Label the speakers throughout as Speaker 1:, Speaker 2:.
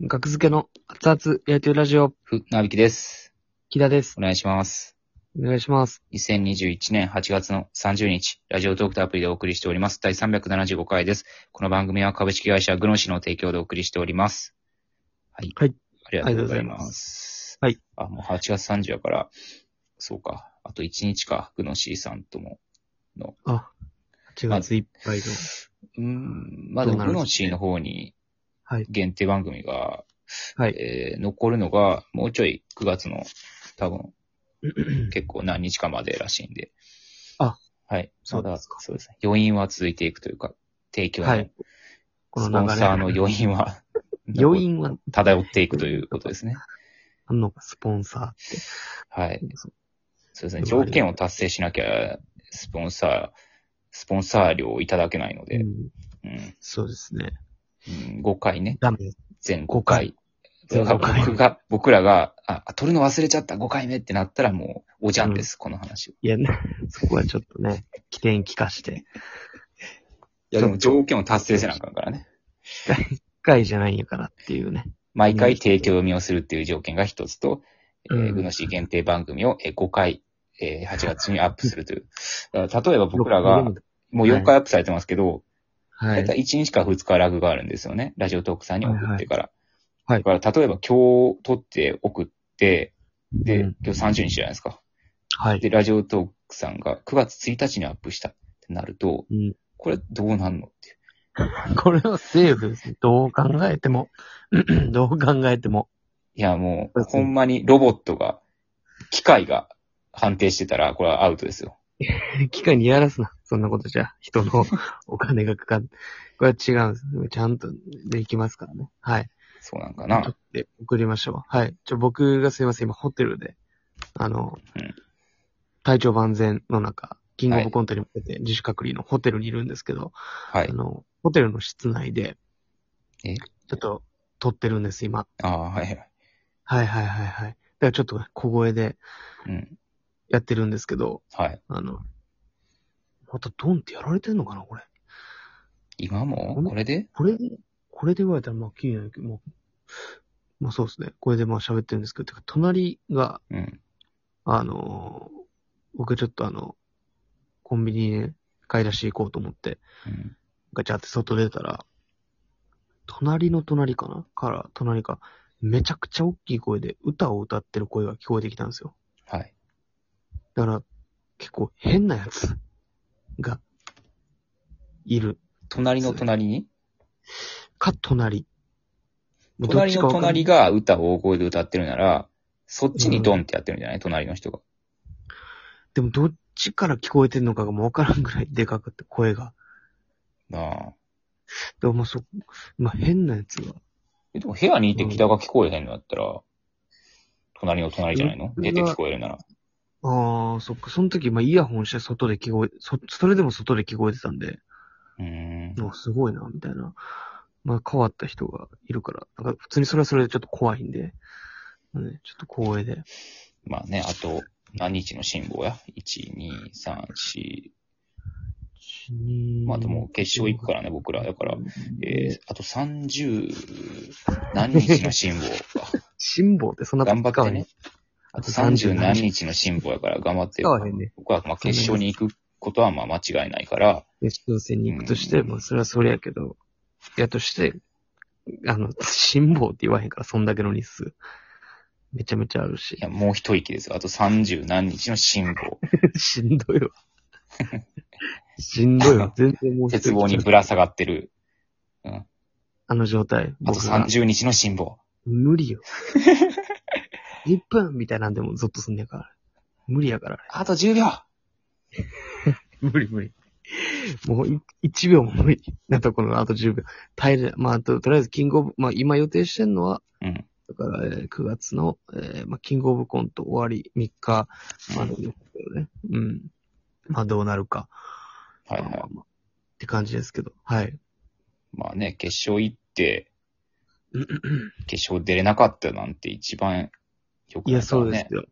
Speaker 1: 学付けの熱々野球ラジオ、
Speaker 2: ふ、なびきです。
Speaker 1: 木田です。
Speaker 2: お願いします。
Speaker 1: お願いします。
Speaker 2: 2021年8月の30日、ラジオトークとアプリでお送りしております。第375回です。この番組は株式会社グノシの提供でお送りしております。はい。
Speaker 1: はい。
Speaker 2: ありがとうござい
Speaker 1: ありがとうござい
Speaker 2: ま。
Speaker 1: ますはい。
Speaker 2: あ、もう8月30やから、そうか。あと1日か、グノシーさんとも。
Speaker 1: あ、8月いっぱいの。
Speaker 2: うーん、まだ
Speaker 1: どうなる
Speaker 2: グ
Speaker 1: ん
Speaker 2: ノ
Speaker 1: です
Speaker 2: シーの方に
Speaker 1: はい、
Speaker 2: 限定番組が、
Speaker 1: はい
Speaker 2: えー残るのが、もうちょい9月の、多分、結構何日かまでらしいんで。
Speaker 1: あ、
Speaker 2: はい。
Speaker 1: そう
Speaker 2: まだ
Speaker 1: ですか
Speaker 2: そうですね。余韻は続いていくというか、提供の、
Speaker 1: はいこ
Speaker 2: ス
Speaker 1: の
Speaker 2: ポ
Speaker 1: 流れ。
Speaker 2: ンサーの余韻 は、
Speaker 1: 余韻は
Speaker 2: 漂っていくということですね。
Speaker 1: あんのか、スポンサ
Speaker 2: はい。
Speaker 1: そ
Speaker 2: そうですね。条件を達成しなきゃ、スポンサー、スポンサー料をいただけないの
Speaker 1: ー。う
Speaker 2: で、
Speaker 1: ん、
Speaker 2: うん
Speaker 1: そうですね。
Speaker 2: うん、5回ね。
Speaker 1: ダメです。
Speaker 2: 全
Speaker 1: 5
Speaker 2: 5
Speaker 1: 回
Speaker 2: 回。
Speaker 1: 全5回
Speaker 2: 僕が、僕らが、あ、撮るの忘れちゃった、5回目ってなったらもう、おじゃんです、この話。い
Speaker 1: いや、 なそこはちょっとね、起点聞かして。
Speaker 2: や、でも条件を達成せなあかんからね。
Speaker 1: 一回じゃないんやからっていうね。
Speaker 2: 毎回提供読みをするっていう条件が一つと、え
Speaker 1: う
Speaker 2: ー、
Speaker 1: ん
Speaker 2: グノシー限定番組をえー5回、えー8月にアップするという。だから例えば僕らが、もう4回アップされてますけど、
Speaker 1: は
Speaker 2: だ
Speaker 1: い
Speaker 2: いた。い1日から2日ラグがあるんですよね。ラジオトークさんに送ってから。
Speaker 1: はいはい
Speaker 2: だから、例えば今日撮って送って、で、
Speaker 1: うん
Speaker 2: 今日30日じゃないですか。
Speaker 1: はい。
Speaker 2: で、ラジオトークさんが9月1日にアップしたってなると、
Speaker 1: うん
Speaker 2: これどうなんのっていう。
Speaker 1: これはセーフですね。どう考えても。 どう考えても。
Speaker 2: いや、もう、
Speaker 1: 別に
Speaker 2: ほんまにロボットが、機械が判定してたら、これはアウトですよ。
Speaker 1: 機械にやらすな。そんなことじゃ。人 のお金がかかる。これは違うんです。ちゃんとできますからね。はい。
Speaker 2: そうなんかな。
Speaker 1: で、送りましょう。はい。ちょ、僕がすいません。今、ホテルで、あの、
Speaker 2: うん
Speaker 1: 体調万全の中、キングオブコントに向けて自主隔離のホテルにいるんですけど、
Speaker 2: はい
Speaker 1: あ。の、ホテルの室内で、
Speaker 2: え
Speaker 1: ちょっと、撮ってるんです、今。
Speaker 2: ああ、はいはい。
Speaker 1: はいはいはいはい。だからちょっと小声で
Speaker 2: うん。
Speaker 1: やってるんですけど、
Speaker 2: はい。
Speaker 1: あの、またドンってやられてんのかな、これ。
Speaker 2: 今も
Speaker 1: うん
Speaker 2: これで
Speaker 1: これで、これで言われたら、まあ、気になるけど、まあ、まあそうですね。これでまあ喋ってるんですけど、てか、隣が、
Speaker 2: うん。
Speaker 1: あのー僕ちょっとあの、コンビニに買い出し行こうと思って、
Speaker 2: うん。
Speaker 1: ガチャって外出たら、隣の隣かなから、隣か、めちゃくちゃ大きい声で歌を歌ってる声が聞こえてきたんですよ。
Speaker 2: はい。
Speaker 1: だから、結構変なやつ が、いる。
Speaker 2: 隣の隣に
Speaker 1: か、隣。もうどっ
Speaker 2: 隣
Speaker 1: ちか
Speaker 2: の
Speaker 1: わかんない
Speaker 2: 隣が歌を大声で歌ってるなら、そっちにドンってやってるんじゃない隣の人が。
Speaker 1: でもどっちから聞こえてんのかがもうわからんぐらいでかくて声が。
Speaker 2: なあ。
Speaker 1: でもまあそ、まあ変なやつが。
Speaker 2: えでも部屋にいて北が聞こえへんのやったら、隣の隣じゃないの
Speaker 1: うん
Speaker 2: 出て聞こえるなら。
Speaker 1: ああ、そっか。その時、まあイヤホンして外で聞こえ、そ、それでも外で聞こえてたんで、
Speaker 2: うーん。
Speaker 1: あすごいな、みたいな。まあ変わった人がいるから、なんか普通にそれはそれでちょっと怖いんで、ね、ちょっと光栄で。
Speaker 2: まあね、あと、何日の辛抱や ?1、2、3、4。まあでも決勝行くからね、僕ら。だから、えー、あと30、何日の辛 抱か。
Speaker 1: 辛抱ってそんな
Speaker 2: 頑張
Speaker 1: 使
Speaker 2: っ
Speaker 1: わ
Speaker 2: て
Speaker 1: へん
Speaker 2: ね。。あと30何日の辛抱やから頑張って
Speaker 1: 使
Speaker 2: よ。
Speaker 1: わへんね。
Speaker 2: 僕はまあ決勝に行くことはまあ間違いないから、
Speaker 1: 決勝戦に行くとして、
Speaker 2: うん
Speaker 1: まあそれはそれやけど、やとして、あの、辛抱って言わへんから、そんだけの日数。めちゃめちゃあるし
Speaker 2: い。や、もう一息ですよ。あと30何日の辛抱。
Speaker 1: しんどいわ。しんど いわ。全然もう一人
Speaker 2: 絶望にぶら下がってる。うん。
Speaker 1: あの状態。
Speaker 2: あと
Speaker 1: 僕が
Speaker 2: 30日の辛抱。
Speaker 1: 無 理よ。1分みたいなんでもゾッとすんねやから。無理やから。
Speaker 2: あと10秒
Speaker 1: 無理無理。もうい1秒も無理なところのあと10秒。耐えれ、まあ、ととりあえずキングオブ、まあ今予定してんのは、
Speaker 2: うん。
Speaker 1: だから、えー9月の、えーまあ、キングオブコント終わり3日までですけどね。うん。まあどうなるか。
Speaker 2: はい
Speaker 1: まあま
Speaker 2: はい
Speaker 1: あ。まあって感じですけど。はい。
Speaker 2: まあね、決勝行って、決勝出れなかったなんて一番良く
Speaker 1: い
Speaker 2: な
Speaker 1: や、
Speaker 2: いか
Speaker 1: そ
Speaker 2: ら
Speaker 1: うで
Speaker 2: ね
Speaker 1: す。よ。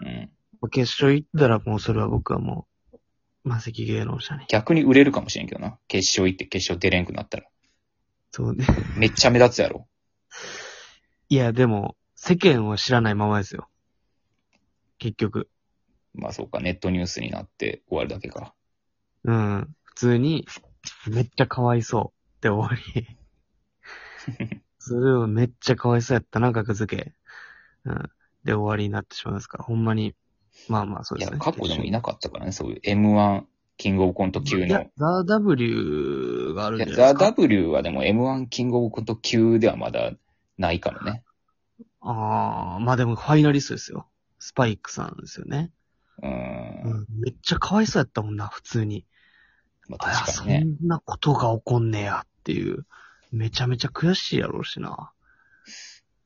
Speaker 2: うん。
Speaker 1: まあ決勝行ったらもうそれは僕はもう、魔石芸能者に。
Speaker 2: 逆に売れるかもしれんけどな。決勝行って決勝出れんくなったら。
Speaker 1: そうね。
Speaker 2: めっちゃ目立つやろ。
Speaker 1: いや、でも、世間を知らないままですよ。結局。
Speaker 2: まあそうか、ネットニュースになって終わるだけか。
Speaker 1: うん。普通に、めっちゃかわいそうって終わり。 それをめっちゃかわいそうやったな、格付け。うん。で終わりになってしまいますから、ほんまに。まあまあ、そう
Speaker 2: い
Speaker 1: で
Speaker 2: や、
Speaker 1: すね。
Speaker 2: 過去でもいなかったからね、そういう M1、キングオブコント級の。
Speaker 1: いや、ザ・ W があるんじゃないで
Speaker 2: ザ・
Speaker 1: すか。
Speaker 2: W はでも M1 キングオブコント級ではまだないからね。
Speaker 1: ああ、まあでもファイナリストですよ。スパイクさんですよね。
Speaker 2: うー。
Speaker 1: うんん。めっちゃかわいそうやったもんな、普通に。
Speaker 2: まあ
Speaker 1: あ
Speaker 2: 確かにね。
Speaker 1: そんなことが起こんねやっていう。めちゃめちゃ悔しいやろうしな。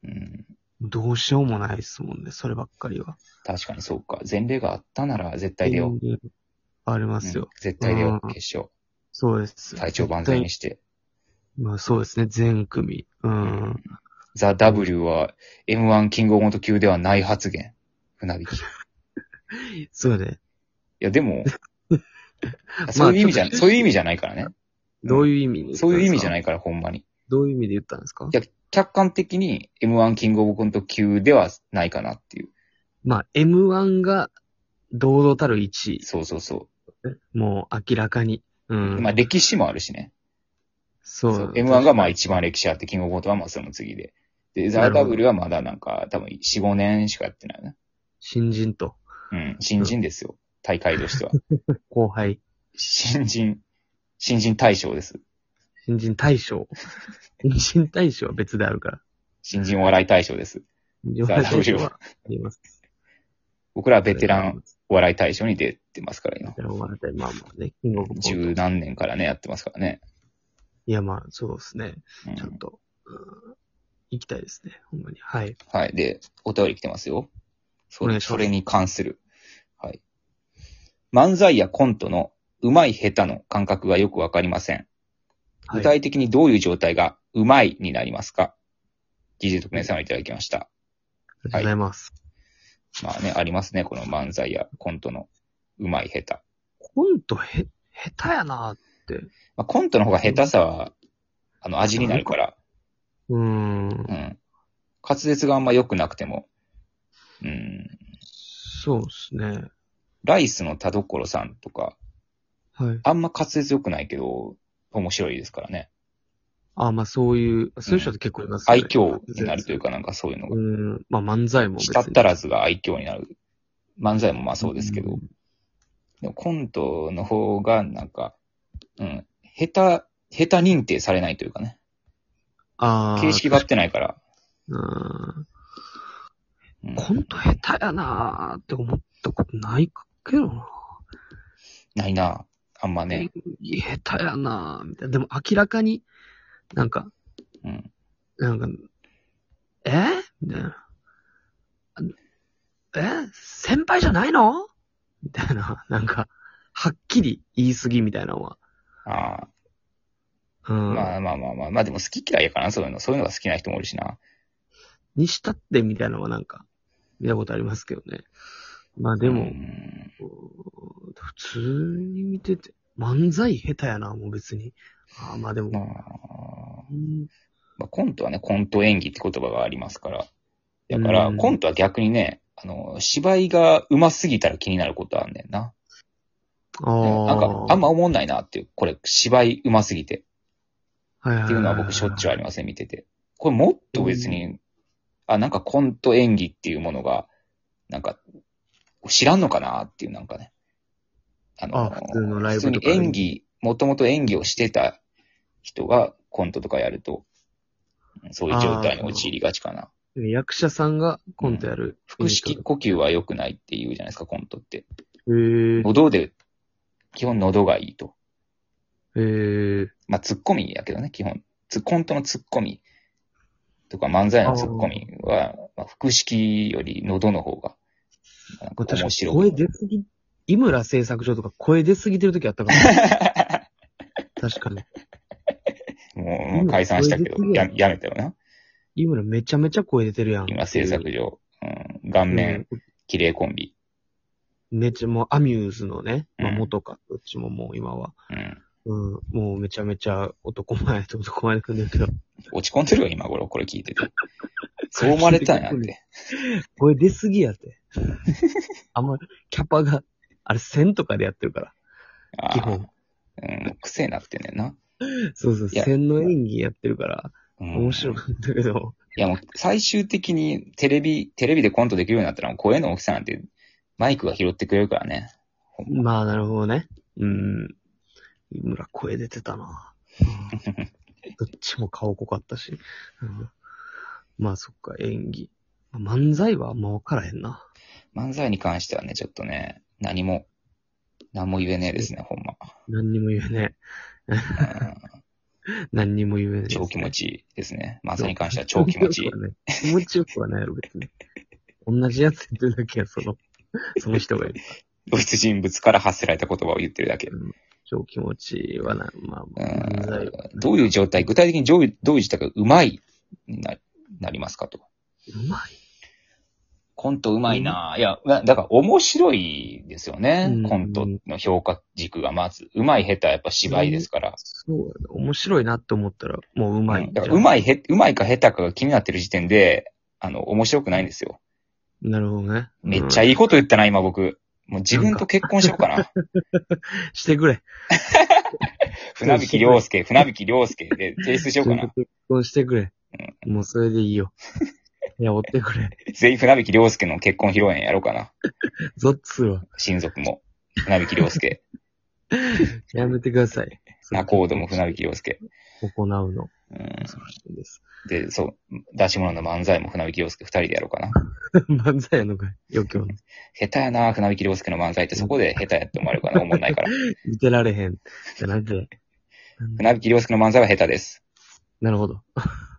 Speaker 2: うん。
Speaker 1: どうしようもないですもんね、そればっかりは。
Speaker 2: 確かにそうか。前例があったなら絶対出よう。
Speaker 1: 全然ありま
Speaker 2: うん
Speaker 1: すよ。
Speaker 2: 絶対出よ
Speaker 1: う
Speaker 2: う。
Speaker 1: ん
Speaker 2: 決勝。
Speaker 1: そうです。
Speaker 2: 体調万全にして。
Speaker 1: まあそうですね、全組。うん。
Speaker 2: ザ・ W は M1 キングオブコント級ではない発言。船引き。い
Speaker 1: そうで、
Speaker 2: や、で も、そういう意味じゃ、そういう意味じゃないからね。
Speaker 1: どういう意味で。
Speaker 2: そういう意味じゃないいから、ほんまに。
Speaker 1: どういう意味で言ったんですか
Speaker 2: いや、客観的に M1 キングオブコント級ではないかなっていう。
Speaker 1: まあ、M1 が堂々たる1位。
Speaker 2: そうそうそ
Speaker 1: もう明らかに。う
Speaker 2: う。
Speaker 1: ん。
Speaker 2: まあ、歴史もあるしね。
Speaker 1: そう
Speaker 2: そう。M1 がまあ一番歴史あって、キングオブコントはまあその次で。で、ザ・
Speaker 1: なるほど
Speaker 2: W はまだなんか、多分4、5年しかやってないな。
Speaker 1: 新人と
Speaker 2: うん。新人ですよ。大会 としては。
Speaker 1: 後輩。
Speaker 2: 新人、新人大賞です。
Speaker 1: 新人大 賞。新人大賞は別であるから。
Speaker 2: 新人お笑い大賞です。
Speaker 1: 新人
Speaker 2: さあ
Speaker 1: 大賞はあります。
Speaker 2: 僕らはベテラン。お笑い大賞に出てますから、
Speaker 1: ベ
Speaker 2: 今。
Speaker 1: テランはまあまあね、キングオブコント
Speaker 2: 十何年からね、やってますからね。
Speaker 1: いやまあ、そうですね。
Speaker 2: うん
Speaker 1: ちゃんと、うん、行きたいですね。ほんまに。はい。
Speaker 2: はい。で、お便り来てますよ。そ
Speaker 1: お願
Speaker 2: れ、
Speaker 1: いします
Speaker 2: それに関する。はい。漫才やコントの上手い下手の感覚がよくわかりません。
Speaker 1: は
Speaker 2: 具
Speaker 1: い、
Speaker 2: 体的にどういう状態がうまいになりますか ?DJ 特命さんをいただきました。
Speaker 1: ありがとうございます。
Speaker 2: まあね、ありますね。この漫才やコントのうまい下手。
Speaker 1: コントへ、下手やなって。
Speaker 2: まあ、コントの方が下手さは、あの、味になるから、
Speaker 1: うーん
Speaker 2: う。ん。滑舌があんま良くなくても、うん。
Speaker 1: そうですね。
Speaker 2: ライスの田所さんとか、
Speaker 1: はい。
Speaker 2: あんま滑舌良くないけど、面白いですからね。
Speaker 1: あまあそういう、そういう人って結構います
Speaker 2: 愛
Speaker 1: ね
Speaker 2: 嬌になるという。かなんかそういうのが
Speaker 1: う、ん。まあ漫才も
Speaker 2: したったらずが愛嬌になる。漫才もまあそうですけど、
Speaker 1: うん
Speaker 2: でもコントの方が、なんか、うん、下手、下手認定されないというかね。
Speaker 1: ああ。
Speaker 2: 形式が合ってないから。
Speaker 1: うん。
Speaker 2: うん
Speaker 1: コント下手やなーって思ったことないけどな。
Speaker 2: ないな。あんまね。
Speaker 1: 下手やなーみたいな。でも明らかに、なんか、
Speaker 2: うん。
Speaker 1: なんか、えみたいな。あえ先輩じゃないのみたいな。なんか、はっきり言い過ぎみたいなのは。
Speaker 2: あ
Speaker 1: う
Speaker 2: あ、
Speaker 1: ん。
Speaker 2: まあまあまあまあ。まあでも好き嫌いやからな、そういうの。そういうのが好きな人もおるしな。
Speaker 1: にしたってみたいなのはなんか、見たことありますけどね。まあでも、
Speaker 2: うん
Speaker 1: うーん普通に見てて、漫才下手やな、もう別に。ああ、まあでも、
Speaker 2: まあ、
Speaker 1: うん
Speaker 2: まあ、コントはね、コント演技って言葉がありますから。だから、
Speaker 1: うん
Speaker 2: コントは逆にね、あの、芝居が上手すぎたら気になることあんねんな。うんなんか、あんま、思んないなっていう。これ、芝居上手すぎて。
Speaker 1: っ
Speaker 2: っていうのは僕しょっちゅうありますね、見てて。これもっと別に、あ、なんかコント演技っていうものが、なんか、知らんのかなっていうなんかね。あ
Speaker 1: あ普通のライブとか
Speaker 2: 普通に演技、もともと演技をしてた人がコントとかやると、うんそういう状態に陥りがちかな。
Speaker 1: 役者さんがコントやる。
Speaker 2: 腹式呼吸は良くないって言うじゃないですか、コントって。
Speaker 1: へえ
Speaker 2: 喉で、基本喉がいいと。
Speaker 1: へえ
Speaker 2: まあ、ツッコミやけどね、基本。ツコントのツッコミとか漫才のツッコミは、まあ、腹式より喉の方が、なんか
Speaker 1: 私
Speaker 2: 面白
Speaker 1: 声
Speaker 2: い。
Speaker 1: 出すぎ、井村製作所とか声出すぎてる時あった から。確かに。
Speaker 2: も うもう解散したけど
Speaker 1: 声出、すぎや
Speaker 2: や
Speaker 1: ん
Speaker 2: やめたよな。
Speaker 1: 井村めちゃめちゃ声出てるやん。
Speaker 2: 今、制作上。うん、顔面、綺麗コンビ。
Speaker 1: めっちゃもうアミューズのね、まあ、
Speaker 2: うん
Speaker 1: 元か、どっちももう今は。
Speaker 2: うん。
Speaker 1: うん、もうめちゃめちゃ男前と男前で組んでるけど。
Speaker 2: 落ち込んでるよ、今頃、これ聞いてて。そう思われたんやって。
Speaker 1: これ出すぎやって。あんま、キャパが、あれ1000とかでやってるから、
Speaker 2: あ
Speaker 1: 基
Speaker 2: あ、
Speaker 1: 本。
Speaker 2: うん、癖になってんねんな。
Speaker 1: そうそう、
Speaker 2: いや
Speaker 1: 1000の演技やってるから、
Speaker 2: うん、
Speaker 1: 面白かったけど、
Speaker 2: いやもう最終的にテレビ、テレビでコントできるようになったらもう声の大きさなんてマイクが拾ってくれるからね。ほんま
Speaker 1: まあ、なるほどね。うん。井村声出てた な。うんどっちも顔濃かったし。うんまあ、そっか、演技。漫才はあんま分からへんな。
Speaker 2: 漫才に関してはね、ちょっとね、何も、何も言えねえですね、ほんま。
Speaker 1: 何にも言えね え。何にも言えねえ
Speaker 2: う
Speaker 1: で
Speaker 2: ん、
Speaker 1: すね。
Speaker 2: 超気持ちいいですね。漫才に関しては超気持ちい い
Speaker 1: 気。持ちよくはない。気持ちよくはないやろ、別に。同じやつ言ってるだけや、その、その人が言る。
Speaker 2: 同一人物から発せられた言葉を言ってるだけ。う
Speaker 1: 超気持ちいいはな、まあ、まあ、漫才
Speaker 2: ん、どういう状態、具体的にどういうどういう状態がうまいにななりますかと。
Speaker 1: うまい。
Speaker 2: コントうまいな、ぁいや、なだから面白いですよね。
Speaker 1: うん
Speaker 2: コントの評価軸がまず。うまい下手はやっぱ芝居ですから。
Speaker 1: そうやな、面白いなって思ったら、もううまい。
Speaker 2: うんだからうまいへ、うまいか下手かが気になってる時点で、あの、面白くないんですよ。
Speaker 1: なるほどね。
Speaker 2: めっちゃ
Speaker 1: い。
Speaker 2: いいこと言ったな、今僕。もう自分と結婚しようか な。
Speaker 1: してくれ。
Speaker 2: 船引良介、船引良介で提出しようか
Speaker 1: ちゃん
Speaker 2: な
Speaker 1: と。結婚してくれ。もうそれでいい よ。いや、追ってくれ。
Speaker 2: 全員船引良介の結婚披露宴やろうかな。
Speaker 1: ゾッツするわ。
Speaker 2: 親族も。船引良介。
Speaker 1: やめてください。
Speaker 2: 仲人も船引良介。
Speaker 1: 行うの。
Speaker 2: うん
Speaker 1: そうです。
Speaker 2: で、そう、出し物の漫才も船引良介二人でやろうかな。
Speaker 1: 漫才やのかい余興の。
Speaker 2: 下手やな、船引良介の漫才ってそこで下手やって思われるかな、思んないから。
Speaker 1: 見てられへん。じゃなんで。なんで
Speaker 2: 船引良介の漫才は下手です。
Speaker 1: なるほど。